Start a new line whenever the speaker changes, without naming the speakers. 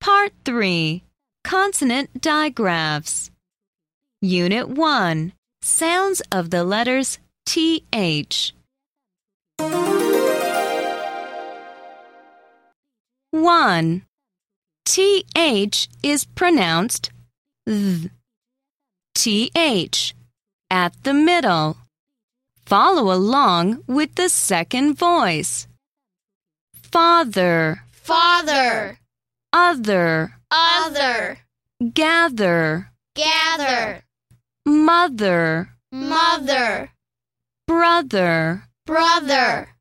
Part 3 Consonant Digraphs Unit 1 Sounds of the letters TH. One. TH is pronounced th. TH at the middle. Follow along with the second voice. Father,
father,
other,
other,
gather,
gather,
mother,
mother,
brother.
brother.